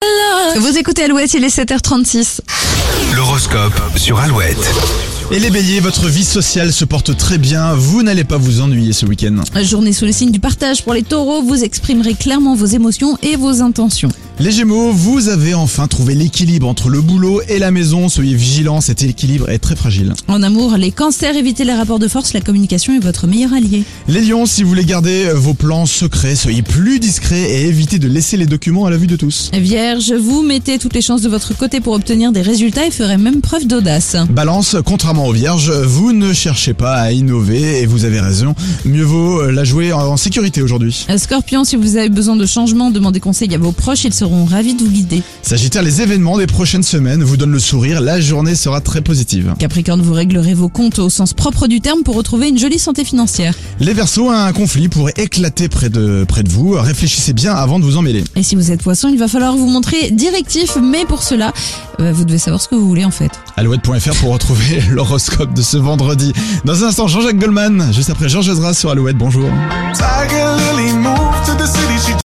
Vous écoutez Alouette, il est 7h36. L'horoscope sur Alouette. Et les béliers, votre vie sociale se porte très bien, vous n'allez pas vous ennuyer ce week-end. Journée sous le signe du partage pour les taureaux, vous exprimerez clairement vos émotions et vos intentions. Les gémeaux, vous avez enfin trouvé l'équilibre entre le boulot et la maison, soyez vigilants, cet équilibre est très fragile. En amour, les cancers, évitez les rapports de force, la communication est votre meilleur allié. Les lions, si vous voulez garder euh, vos plans secrets, soyez plus discrets et évitez de laisser les documents à la vue de tous. Vierge, vous mettez toutes les chances de votre côté pour obtenir des résultats et ferez même preuve d'audace. Balance, contrairement aux vierges, vous ne cherchez pas à innover et vous avez raison, mieux vaut euh, la jouer en en sécurité aujourd'hui. Euh, Scorpion, si vous avez besoin de changement, demandez conseil à vos proches, ils seront ravis de vous guider. Sagittaire, les événements des prochaines semaines vous donnent le sourire, la journée sera très positive. Capricorne, vous réglerez vos comptes au sens propre du terme pour retrouver une jolie santé financière. Les Verseaux, un conflit pourrait éclater près de, près de vous. Réfléchissez bien avant de vous emmêler. Et si vous êtes poisson, il va falloir vous montrer directif, mais pour cela, euh, vous devez savoir ce que vous voulez en fait. Alouette.fr pour retrouver l'horoscope de ce vendredi. Dans un instant, Jean-Jacques Goldman, juste après Georges Ezra sur Alouette. Bonjour. Tiger Lily moved to the city. She